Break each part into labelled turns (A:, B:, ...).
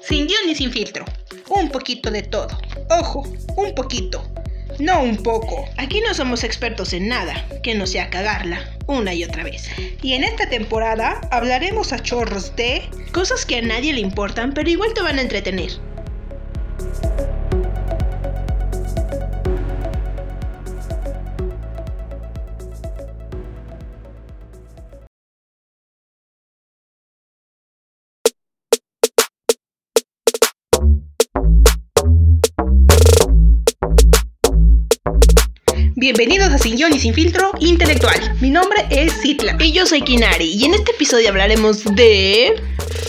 A: Sin guión ni sin filtro. Un poquito de todo. Ojo, un poquito. No un poco. Aquí no somos expertos en nada que no sea cagarla una y otra vez. Y en esta temporada hablaremos a chorros de cosas que a nadie le importan, pero igual te van a entretener. Bienvenidos a Sin Guión y Sin Filtro Intelectual. Mi nombre es Citla.
B: Y yo soy Kinari, y en este episodio hablaremos de...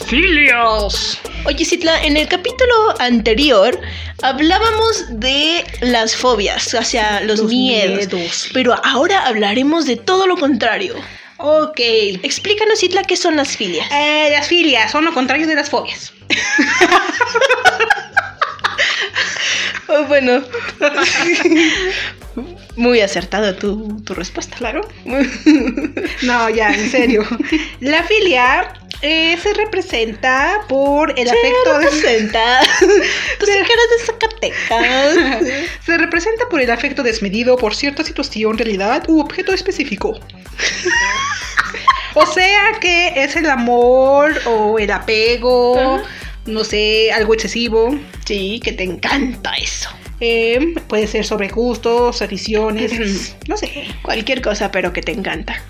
C: Filios.
B: Oye, Citla, en el capítulo anterior hablábamos de las fobias, o sea, los, miedos. Pero ahora hablaremos de todo lo contrario.
A: Ok. Eh,
B: Explícanos, Citla, qué son las filias.
A: las filias son lo contrario de las fobias.
B: Oh, bueno. Muy acertada tu, tu respuesta, claro.
A: No, ya, en serio. La filia eh, se representa por el afecto de...
B: Representa. Tú sí que eres de Zacatecas.
A: Se representa por el afecto desmedido por cierta situación, realidad u objeto específico. O sea que es el amor o el apego,
B: Ajá.
A: no sé, algo excesivo.
B: Sí, que te encanta eso.
A: Eh, puede ser sobre gustos, aficiones, no sé.
B: Cualquier cosa, pero que te encanta.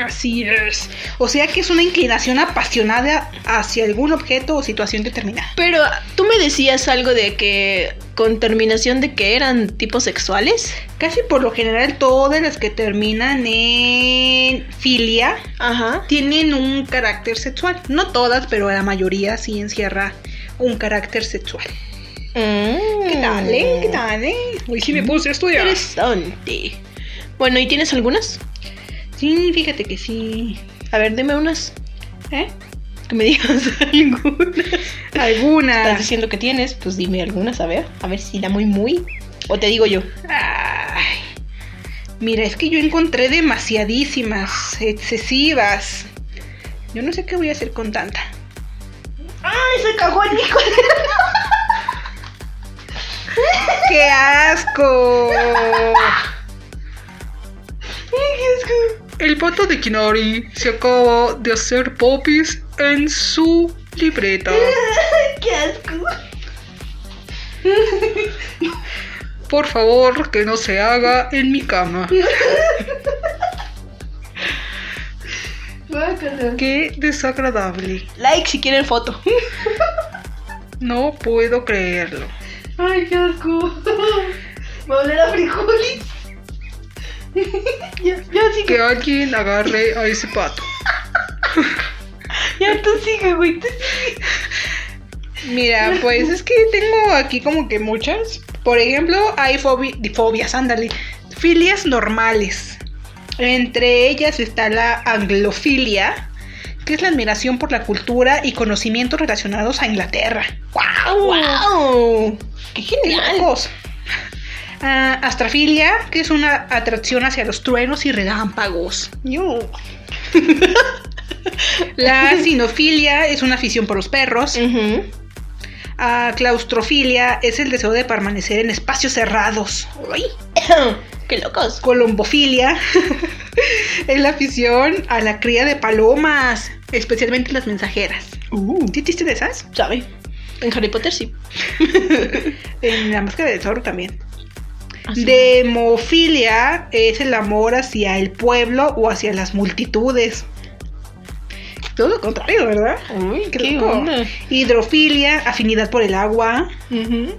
A: Así es. O sea que es una inclinación apasionada hacia algún objeto o situación determinada.
B: Pero tú me decías algo de que con terminación de que eran tipos sexuales.
A: Casi por lo general todas las que terminan en filia
B: Ajá.
A: tienen un carácter sexual. No todas, pero la mayoría sí encierra un carácter sexual.
B: Mm.
A: ¿Qué tal, eh? ¿Qué tal, eh? Hoy sí me puse a estudiar.
B: Interesante. Bueno, ¿y tienes algunas?
A: Sí, fíjate que sí.
B: A ver, dime unas.
A: ¿Eh?
B: Que me digas algunas. Estás
A: Algunas.
B: diciendo que tienes, pues dime algunas, a ver. A ver si da muy muy. O te digo yo.
A: Ay. Mira, es que yo encontré demasiadísimas, excesivas. Yo no sé qué voy a hacer con tanta.
B: ¡Ay, se cagó el hijo!
A: ¡Qué asco! El voto de Kinori se acabó de hacer popis en su libreta.
B: ¡Qué asco!
A: Por favor, que no se haga en mi cama. Qué desagradable.
B: Like si quieren foto.
A: No puedo creerlo.
B: ¡Ay, qué asco! Me oler a frijoles. ya, ya sigue,
A: Que alguien agarre a ese pato.
B: ya tú sigue, güey.
A: Mira, pues es que tengo aquí como que muchas. Por ejemplo, hay fobi- di- fobias, ándale. Filias normales. Entre ellas está la anglofilia, que es la admiración por la cultura y conocimientos relacionados a Inglaterra. ¡Guau!
B: ¡Wow! ¡Qué genial!
A: Locos. Ah, astrafilia, que es una atracción hacia los truenos y relámpagos.
B: Yo.
A: La sinofilia es una afición por los perros.
B: Mm. Ujú.
A: Ah, claustrofilia es el deseo de permanecer en espacios cerrados. ¡Ay!
B: ¡Qué locos!
A: Colombofilia es la afición a la cría de palomas, especialmente las mensajeras.
B: Uh,
A: ¿Sí existen esas?
B: ¿Sabe? En Harry Potter sí.
A: En la máscara del zorro también.
B: Así.
A: Demofilia es el amor hacia el pueblo o hacia las multitudes. Todo lo contrario, ¿verdad?
B: Uy,
A: Qué loco. Hidrofilia, afinidad por el agua.
B: Ujú.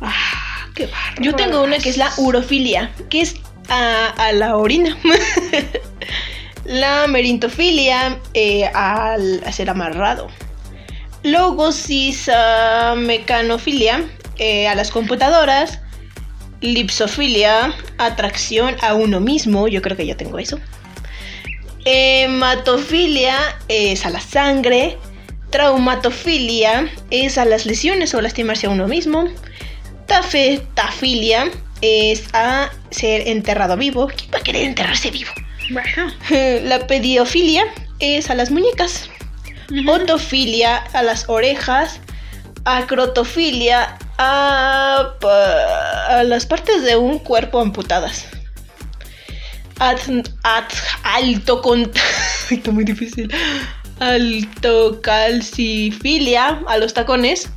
A: Ah, qué bárbaro.
B: Yo tengo una que es la urofilia, que es a, a la orina. la merintofilia eh, al a ser amarrado. Logosisa mecanofilia eh, a las computadoras. Lipsofilia, atracción a uno mismo. Yo creo que yo tengo eso. Hematofilia es a la sangre. Traumatofilia es a las lesiones o lastimarse a uno mismo. Tafetafilia es a ser enterrado vivo. ¿Quién va a querer enterrarse vivo?
A: Bueno.
B: La pediofilia es a las muñecas.
A: Ujú.
B: Otofilia a las orejas. Acrotofilia a, pa- a las partes de un cuerpo amputadas. At- at- alto con. Ay, está muy difícil. Altocalcifilia a los tacones.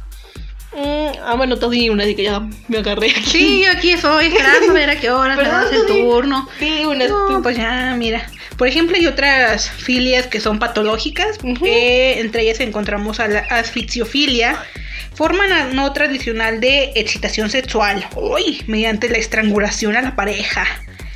B: Mm, ah, bueno, todo di una, así que ya me agarré aquí.
A: Sí, yo aquí estoy esperando a ver a qué hora te
B: Perdón,
A: das el
B: Tony.
A: turno.
B: Di una,
A: No, pues ya, mira. Por ejemplo, hay otras filias que son patológicas,
B: Ujú.
A: que entre ellas encontramos a la asfixiofilia, forma na- no tradicional de excitación sexual, uy, mediante la estrangulación a la pareja.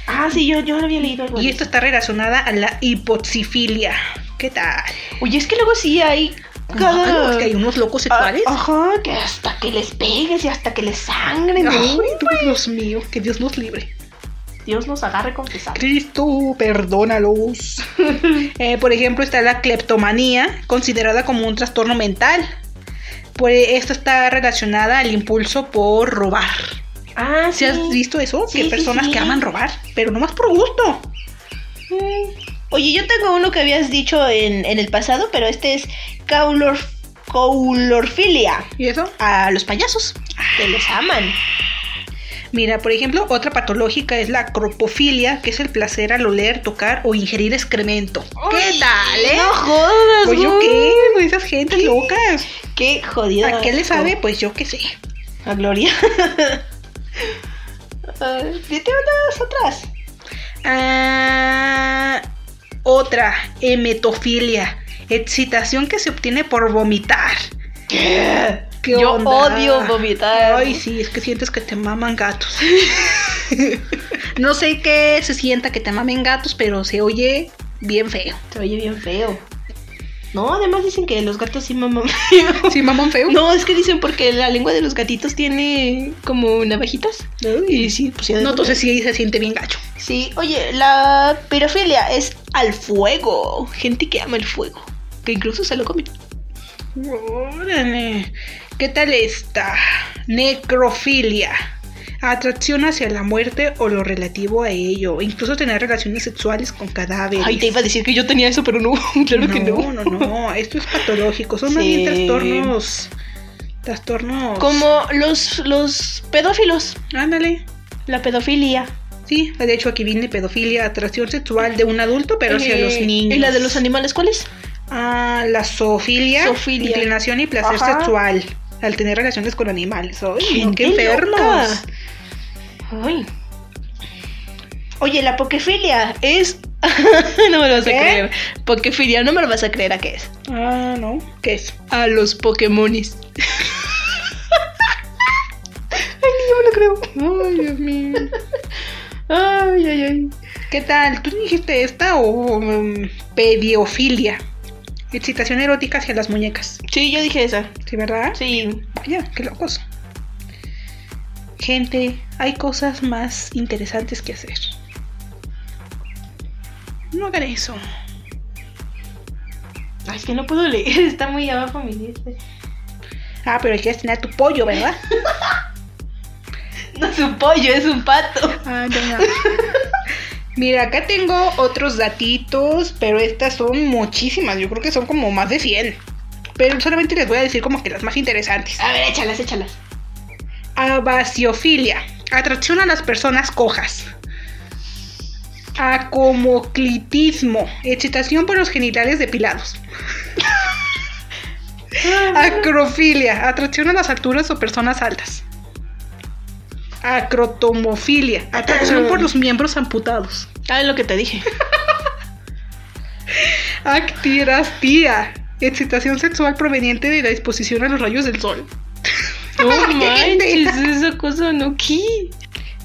B: Ah, sí, yo, yo lo había leído algo
A: Y
B: de
A: esto está relacionada a la hipoxifilia. ¿Qué tal?
B: eso. Oye, es que luego sí hay
A: No,
B: cada...
A: es que hay unos locos sexuales.
B: Ah, Ajá, que hasta que les pegues y hasta que les sangren.
A: Ay,
B: Uy,
A: Dios mío, que Dios nos libre.
B: Dios nos agarre confesados.
A: Cristo, perdónalos. Eh, por ejemplo, está la cleptomanía, considerada como un trastorno mental. Pues esta está relacionada al impulso por robar.
B: Ah,
A: ¿Sí has visto eso?
B: Sí,
A: que hay
B: sí,
A: personas
B: sí.
A: que aman robar, pero nomás por gusto.
B: Oye, yo tengo uno que habías dicho en, en el pasado, pero este es caulor, caulorfilia.
A: ¿Y eso? Ah,
B: A los payasos, que los aman.
A: Mira, por ejemplo, otra patológica es la acropofilia, que es el placer al oler, tocar o ingerir excremento. ¿Qué
B: Uy,
A: tal, eh?
B: No jodas,
A: Pues yo
B: güey.
A: qué, pues esas gentes locas.
B: Qué jodido.
A: ¿A qué le sabe? Pues yo qué sé.
B: A Gloria. Ah, Ay, Yo tengo unas otras.
A: Ah, otra, hemetofilia. Excitación que se obtiene por vomitar. ¿Qué
B: Yo
A: onda?
B: odio vomitar.
A: Ay, sí, es que sientes que te maman gatos. no sé qué se sienta que te mamen gatos, pero se oye bien feo.
B: Se oye bien feo. No, además dicen que los gatos sí maman.
A: ¿Sí maman feo?
B: No, es que dicen porque la lengua de los gatitos tiene como navajitas. Y sí, pues ya de-
A: No, entonces sí se siente bien gacho.
B: Sí, oye, la pirofilia es al fuego. Gente que ama el fuego. Que incluso se lo comen.
A: Órale. ¿Qué tal esta? Necrofilia. Atracción hacia la muerte o lo relativo a ello. Incluso tener relaciones sexuales con cadáveres.
B: Ay, te iba a decir que yo tenía eso, pero no, claro que no.
A: No, no, no. Esto es patológico. Son más
B: Sí.
A: bien trastornos. Trastornos.
B: Como los, los pedófilos.
A: Ándale.
B: La pedofilia.
A: Sí, de hecho aquí viene pedofilia, atracción sexual de un adulto, pero hacia
B: Eh,
A: los niños.
B: ¿Y la de los animales cuál es?
A: Ah, la zoofilia,
B: Zoofilia.
A: inclinación y placer
B: Ajá.
A: sexual al tener relaciones con animales. ¡Ay, no,
B: Gente
A: qué enfermos!
B: loca. Ay. Oye, la pokefilia es. no me lo vas
A: ¿Qué?
B: a creer. Pokefilia, no me lo vas a creer a qué es.
A: Ah, no. ¿Qué es?
B: A los Pokémonis. Ay, yo me lo creo.
A: Ay, Dios mío.
B: Ay, ay, ay.
A: ¿Qué tal? ¿Tú dijiste esta o mm, pediofilia? Excitación erótica hacia las muñecas.
B: Sí, yo dije esa.
A: ¿Sí, verdad?
B: Sí.
A: Vaya, qué locos. Gente, hay cosas más interesantes que hacer. No hagan eso.
B: Ay, es que no puedo leer, está muy abajo mi lista.
A: Ah, pero quieres tener tu pollo, ¿verdad?
B: No es un pollo, es un pato.
A: Ah, ya, ya. Mira, acá tengo otros datitos, pero estas son muchísimas. Yo creo que son como más de 100. Pero solamente les voy a decir como que las más interesantes.
B: A ver, échalas, échalas.
A: Abaciofilia. Atracción a las personas cojas. Acomoclitismo. Excitación por los genitales depilados. Acrofilia. Atracción a las alturas o personas altas. Acrotomofilia. Atracción por los miembros amputados.
B: Ah, es lo que te dije.
A: Actirastía. Excitación sexual proveniente de la exposición a los rayos del sol.
B: No
A: Ay, qué
B: manches, esa cosa no aquí.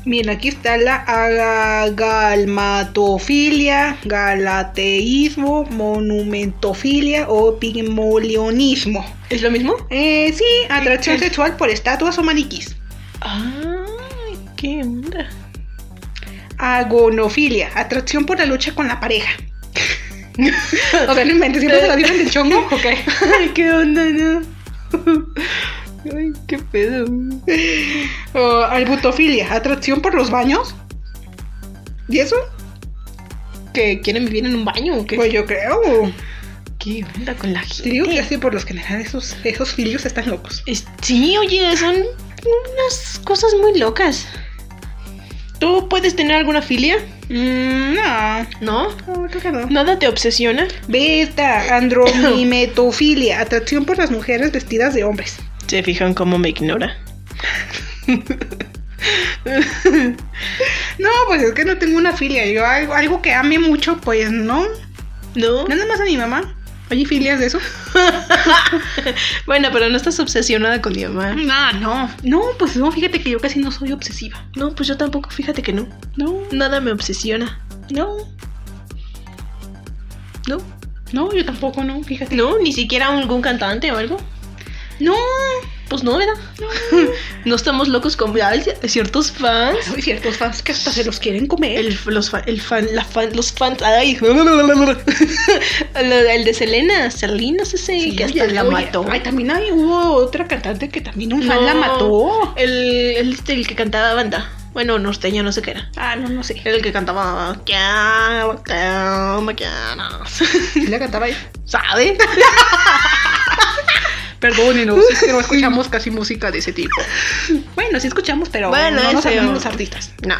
A: Bien, aquí está la aga- galmatofilia, galateísmo, monumentofilia o pigmolionismo.
B: ¿Es lo mismo?
A: Eh, sí, atracción sexual por estatuas o maniquís.
B: Ay, qué onda.
A: Agonofilia, atracción por la lucha con la pareja. o sea, no inventes, siempre se la dicen del chongo.
B: Ay, qué onda, no. Ay, qué pedo.
A: Ah, albutofilia, atracción por los baños. ¿Y eso?
B: ¿Que quieren vivir en un baño o qué?
A: Pues yo creo.
B: ¿Qué onda con la
A: Te
B: gente?
A: digo que así por los general esos, esos filios están locos.
B: Es- Sí, oye, son unas cosas muy locas. ¿Tú puedes tener alguna filia?
A: Mm, no,
B: ¿No?
A: no, creo que no.
B: ¿Nada te obsesiona?
A: Beta, andromimetofilia, atracción por las mujeres vestidas de hombres.
B: ¿Se fijan cómo me ignora?
A: No, pues es que no tengo una filia. Yo algo, algo que ame mucho, pues no.
B: ¿No?
A: Nada más a mi mamá. Oye, filias de eso.
B: bueno, pero no estás obsesionada con mi mamá.
A: Ah, No, no. No, pues no, fíjate que yo casi no soy obsesiva.
B: No, pues yo tampoco, fíjate que no.
A: No,
B: Nada me obsesiona.
A: no,
B: ¿No?
A: no, yo tampoco, no, fíjate.
B: ¿No? ¿Ni siquiera algún cantante o algo?
A: No,
B: Pues no, ¿verdad? No estamos locos con hay ciertos fans.
A: hay ciertos fans que hasta se los quieren comer.
B: El, los fan, el fan, la fan, los fans, ay, el, el de Selena, Selena ese
A: Sí,
B: que hasta
A: oye,
B: la
A: oye,
B: mató.
A: Ay, también hay, hubo otra cantante que también un fan
B: No.
A: la mató.
B: El, el, este, el que cantaba banda, bueno, norteño, no sé qué era.
A: Ah, no, no sé.
B: El que cantaba "Quiero, quiero, me quieres".
A: Sí la cantaba ella.
B: ¿Sabe?
A: Perdónenos, es que no escuchamos casi música de ese tipo. Bueno, sí escuchamos, pero
B: Bueno,
A: no nos
B: ese-
A: sabemos los artistas.
B: No.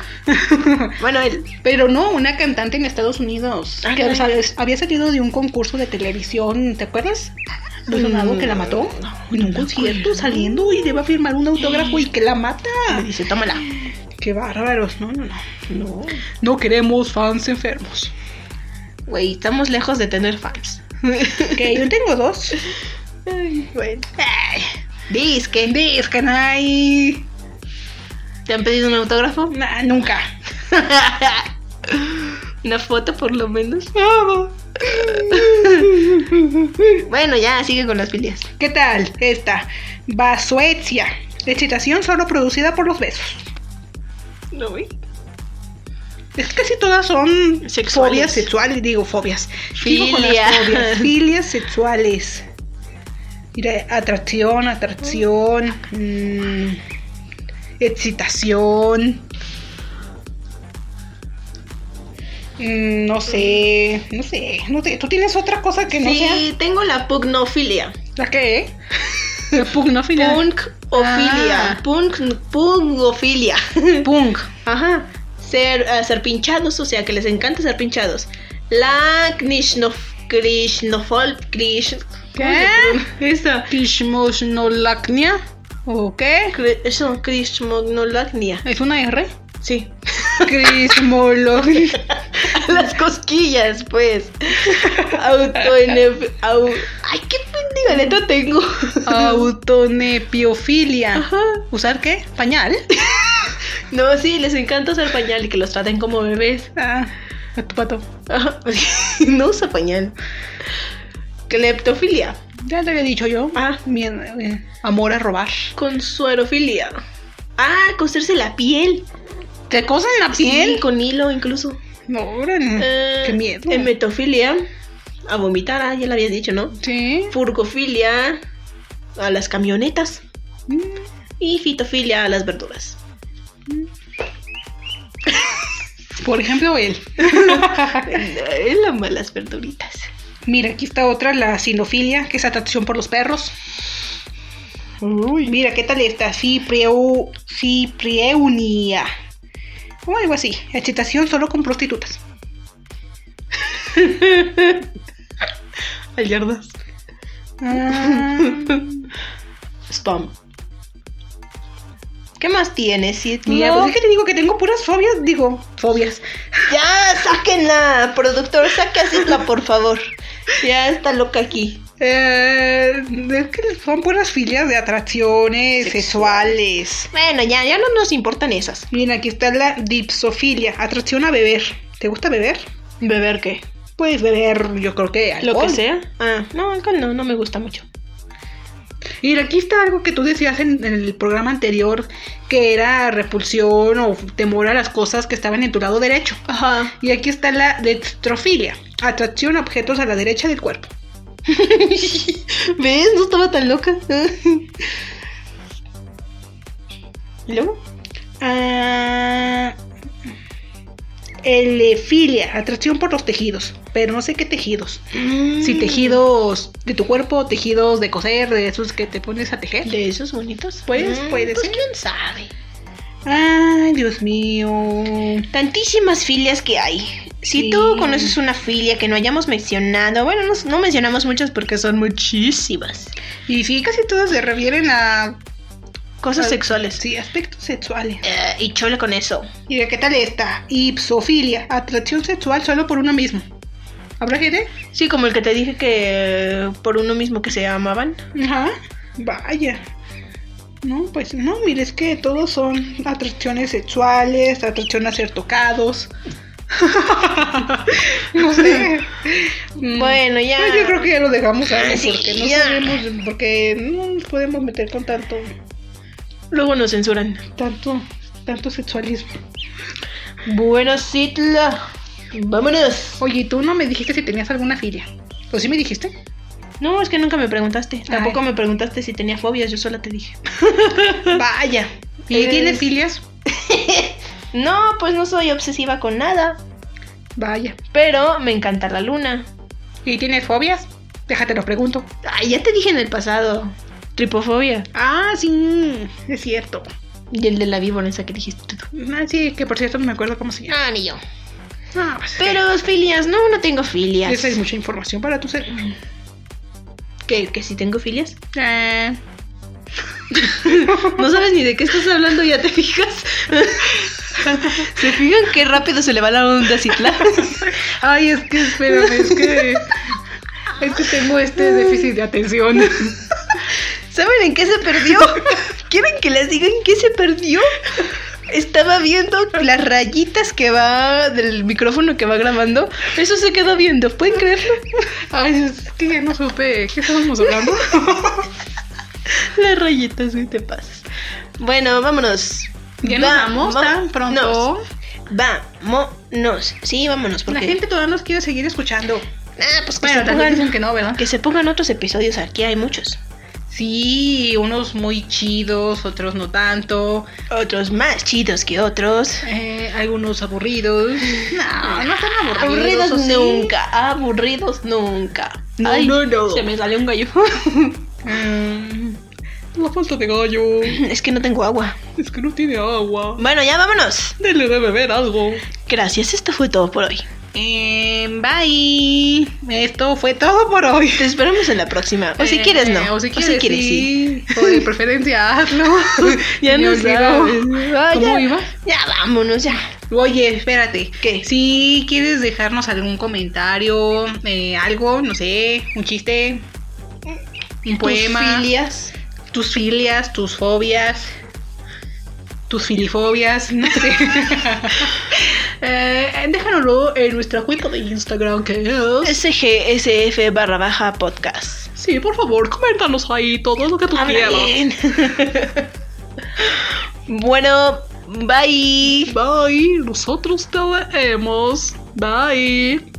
B: Bueno, él.
A: Pero no, una cantante en Estados Unidos
B: Ah,
A: que
B: caray.
A: sabes, había salido de un concurso de televisión, ¿te acuerdas? Sonado que la mató
B: No,
A: en un
B: no me
A: concierto
B: acuerdo.
A: saliendo y le va a firmar un autógrafo y que la mata.
B: Me dice, tómala.
A: Qué bárbaros, no, no, no.
B: No.
A: No queremos fans enfermos.
B: Güey, estamos lejos de tener fans.
A: Que yo tengo dos.
B: Ay, bueno.
A: Ay,
B: Disque.
A: Es que no hay-
B: ¿Te han pedido un autógrafo?
A: Nah, nunca.
B: Una foto por lo menos. Bueno, ya sigue con las filias.
A: ¿Qué tal esta? Basuecia. Excitación solo producida por los besos.
B: No, güey.
A: Es que casi todas son
B: Sexuales.
A: fobias sexuales, digo fobias. Sigo con las
B: Filia.
A: fobias, filias sexuales. Mira, atracción, atracción, mm, excitación. Mm, no sé, no sé, no sé. ¿Tú tienes otra cosa que no sea
B: Sí, tengo la pugnofilia.
A: la qué? La pugnofilia.
B: Punkofilia.
A: Ah.
B: Punk- Pungofilia.
A: Punk.
B: Ajá. Ser, eh, ser pinchados, o sea, que les encanta ser pinchados. La Krishnof... Krishnofol... Krish...
A: ¿Qué?
B: Esa.
A: Pishmosnolacnia. ¿O qué?
B: Eso, Krishmognolagnia.
A: ¿Es una R?
B: Sí.
A: Crismología.
B: Las cosquillas, pues. Autoenef... Au... Ay, qué pendeja neta tengo.
A: Autonepiofilia.
B: Ajá.
A: ¿Usar qué? ¿Pañal?
B: No, sí, les encanta usar pañal y que los traten como bebés.
A: Ah, a tu pato.
B: Ajá. no usa pañal. Cleptofilia.
A: Ya te había dicho yo.
B: Ah.
A: Mien- eh, amor a robar.
B: Con suerofilia. Ah, coserse la piel.
A: ¿Te cosen la
B: Sí, con hilo incluso.
A: No, órale.
B: Eh,
A: Mm, Qué miedo.
B: Emetofilia. A vomitar, ah, ya lo habías dicho, ¿no?
A: Sí.
B: Furgofilia. A las camionetas.
A: Mm.
B: Y fitofilia a las verduras.
A: Por ejemplo, él.
B: Es la malas verduritas.
A: Mira, aquí está otra, la sinofilia, que es atracción por los perros. Uy. Mira, ¿qué tal esta? Cipreu, cipreunia. O algo así. Excitación solo con prostitutas.
B: Allardas.
A: Ah.
B: Spam. ¿Qué más tienes, Sid?
A: Mira,
B: No.
A: pues es que te digo que tengo puras fobias, digo, fobias.
B: Ya, sáquenla, productor, saque a Sidla, por favor. Ya está loca aquí.
A: Eh, es que son puras filias de atracciones sexuales.
B: Bueno, ya, ya no nos importan esas.
A: Mira, aquí está la dipsofilia, atracción a beber. ¿Te gusta beber?
B: ¿Beber qué?
A: Puedes beber, yo creo que alcohol.
B: Lo que sea. Ah, no, alcohol no, no me gusta mucho.
A: Mira, aquí está algo que tú decías en, en el programa anterior, que era repulsión o temor a las cosas que estaban en tu lado derecho.
B: Ajá.
A: Y aquí está la dextrofilia, atracción a objetos a la derecha del cuerpo.
B: ¿Ves? No estaba tan loca. ¿Y luego?
A: Ah, elefilia, atracción por los tejidos, pero no sé qué tejidos. Si
B: Mm.
A: tejidos de tu cuerpo, tejidos de coser, de esos que te pones a tejer.
B: Mm, ¿De esos bonitos?
A: Pues, puede
B: pues
A: ser.
B: quién sabe.
A: Ay, Dios mío.
B: Tantísimas filias que hay. Si
A: Sí.
B: tú conoces una filia que no hayamos mencionado, bueno, no, no mencionamos muchas porque son muchísimas.
A: Y sí, casi todas se refieren a
B: Cosas
A: Ah.
B: sexuales.
A: sí, aspectos sexuales.
B: Eh, y chole con eso.
A: ¿Y de qué tal esta? Ipsofilia, atracción sexual solo por uno mismo. ¿Habrá gente?
B: Sí, como el que te dije que eh, por uno mismo que se amaban.
A: Ajá. Vaya. No, pues no, mire, es que todos son atracciones sexuales, atracción a ser tocados. no sé. Mm.
B: Bueno, ya.
A: Pues yo creo que ya lo dejamos ahí
B: Sí,
A: porque no
B: ya.
A: sabemos, porque no nos podemos meter con tanto,
B: Luego nos censuran.
A: tanto, tanto sexualismo.
B: Bueno, Citla. Vámonos.
A: Oye, ¿y tú no me dijiste si tenías alguna filia? ¿O sí me dijiste?
B: No, es que nunca me preguntaste. Tampoco
A: Ay.
B: me preguntaste si tenía fobias, yo sola te dije.
A: Vaya. eh, ¿Y
B: Es-
A: tienes filias?
B: No, pues no soy obsesiva con nada.
A: Vaya.
B: Pero me encanta la luna.
A: ¿Y tienes fobias? Déjate lo pregunto.
B: Ay, ya te dije en el pasado. Tripofobia.
A: Ah, sí, es cierto.
B: Y el de la víbora esa que dijiste tú.
A: Ah, sí, que por cierto no me acuerdo cómo se llama.
B: Ah, ni yo.
A: Ah, pues,
B: Pero filias, no, no tengo filias.
A: Esa es mucha información para tu cerebro.
B: ¿Qué? ¿Que si tengo filias?
A: Eh,
B: No sabes ni de qué estás hablando, ya te fijas. ¿Se fijan qué rápido se le va la onda a Citla?
A: Ay, es que espérame, es que. Es que tengo este déficit de atención.
B: ¿Saben en qué se perdió? ¿Quieren que les diga en qué se perdió? Estaba viendo las rayitas que va del micrófono que va grabando. Eso se quedó viendo, ¿pueden creerlo?
A: Ay, es que ya no supe qué estábamos hablando.
B: Las rayitas, güey, te pasas. Bueno, vámonos.
A: Ya nos
B: Va-
A: vamos tan pronto.
B: Vámonos. Sí, vámonos,
A: La
B: porque...
A: gente todavía nos quiere seguir escuchando.
B: Ah, pues que,
A: Bueno,
B: se
A: también
B: pongan,
A: dicen que no, ¿verdad?
B: que se pongan otros episodios, aquí hay muchos.
A: Sí, unos muy chidos, otros no tanto,
B: Otros más chidos que otros.
A: eh, algunos aburridos. No, no están
B: Aburridos
A: aburridos. ¿o sí?
B: nunca, aburridos nunca.
A: No, no, no.
B: Se me salió un gallo.
A: Mm, la falta de gallo.
B: es que no tengo agua.
A: Es que no tiene agua.
B: Bueno, ya vámonos.
A: Dele de beber algo.
B: Gracias, esto fue todo por hoy.
A: Eh, bye. Esto fue todo por hoy.
B: Te esperamos en la próxima. O si quieres, no.
A: Eh, O si quieres, sí. O de preferencia, hazlo.
B: Ya
A: Me
B: no
A: olvidó.
B: sabes. Ah,
A: ¿Cómo
B: ya.
A: iba?
B: Ya vámonos, ya.
A: Oye, espérate.
B: ¿Qué?
A: Si quieres dejarnos algún comentario, eh, algo, no sé, un chiste, un poema,
B: Tus filias.
A: tus filias, tus fobias, tus filifobias, no sé. Eh, déjanoslo en nuestra cuenta de Instagram, que es.
B: SGSF barra baja podcast.
A: Sí, por favor, coméntanos ahí todo lo que tú
B: Habla
A: quieras.
B: bien. bueno, bye.
A: Bye, nosotros te leemos. Bye.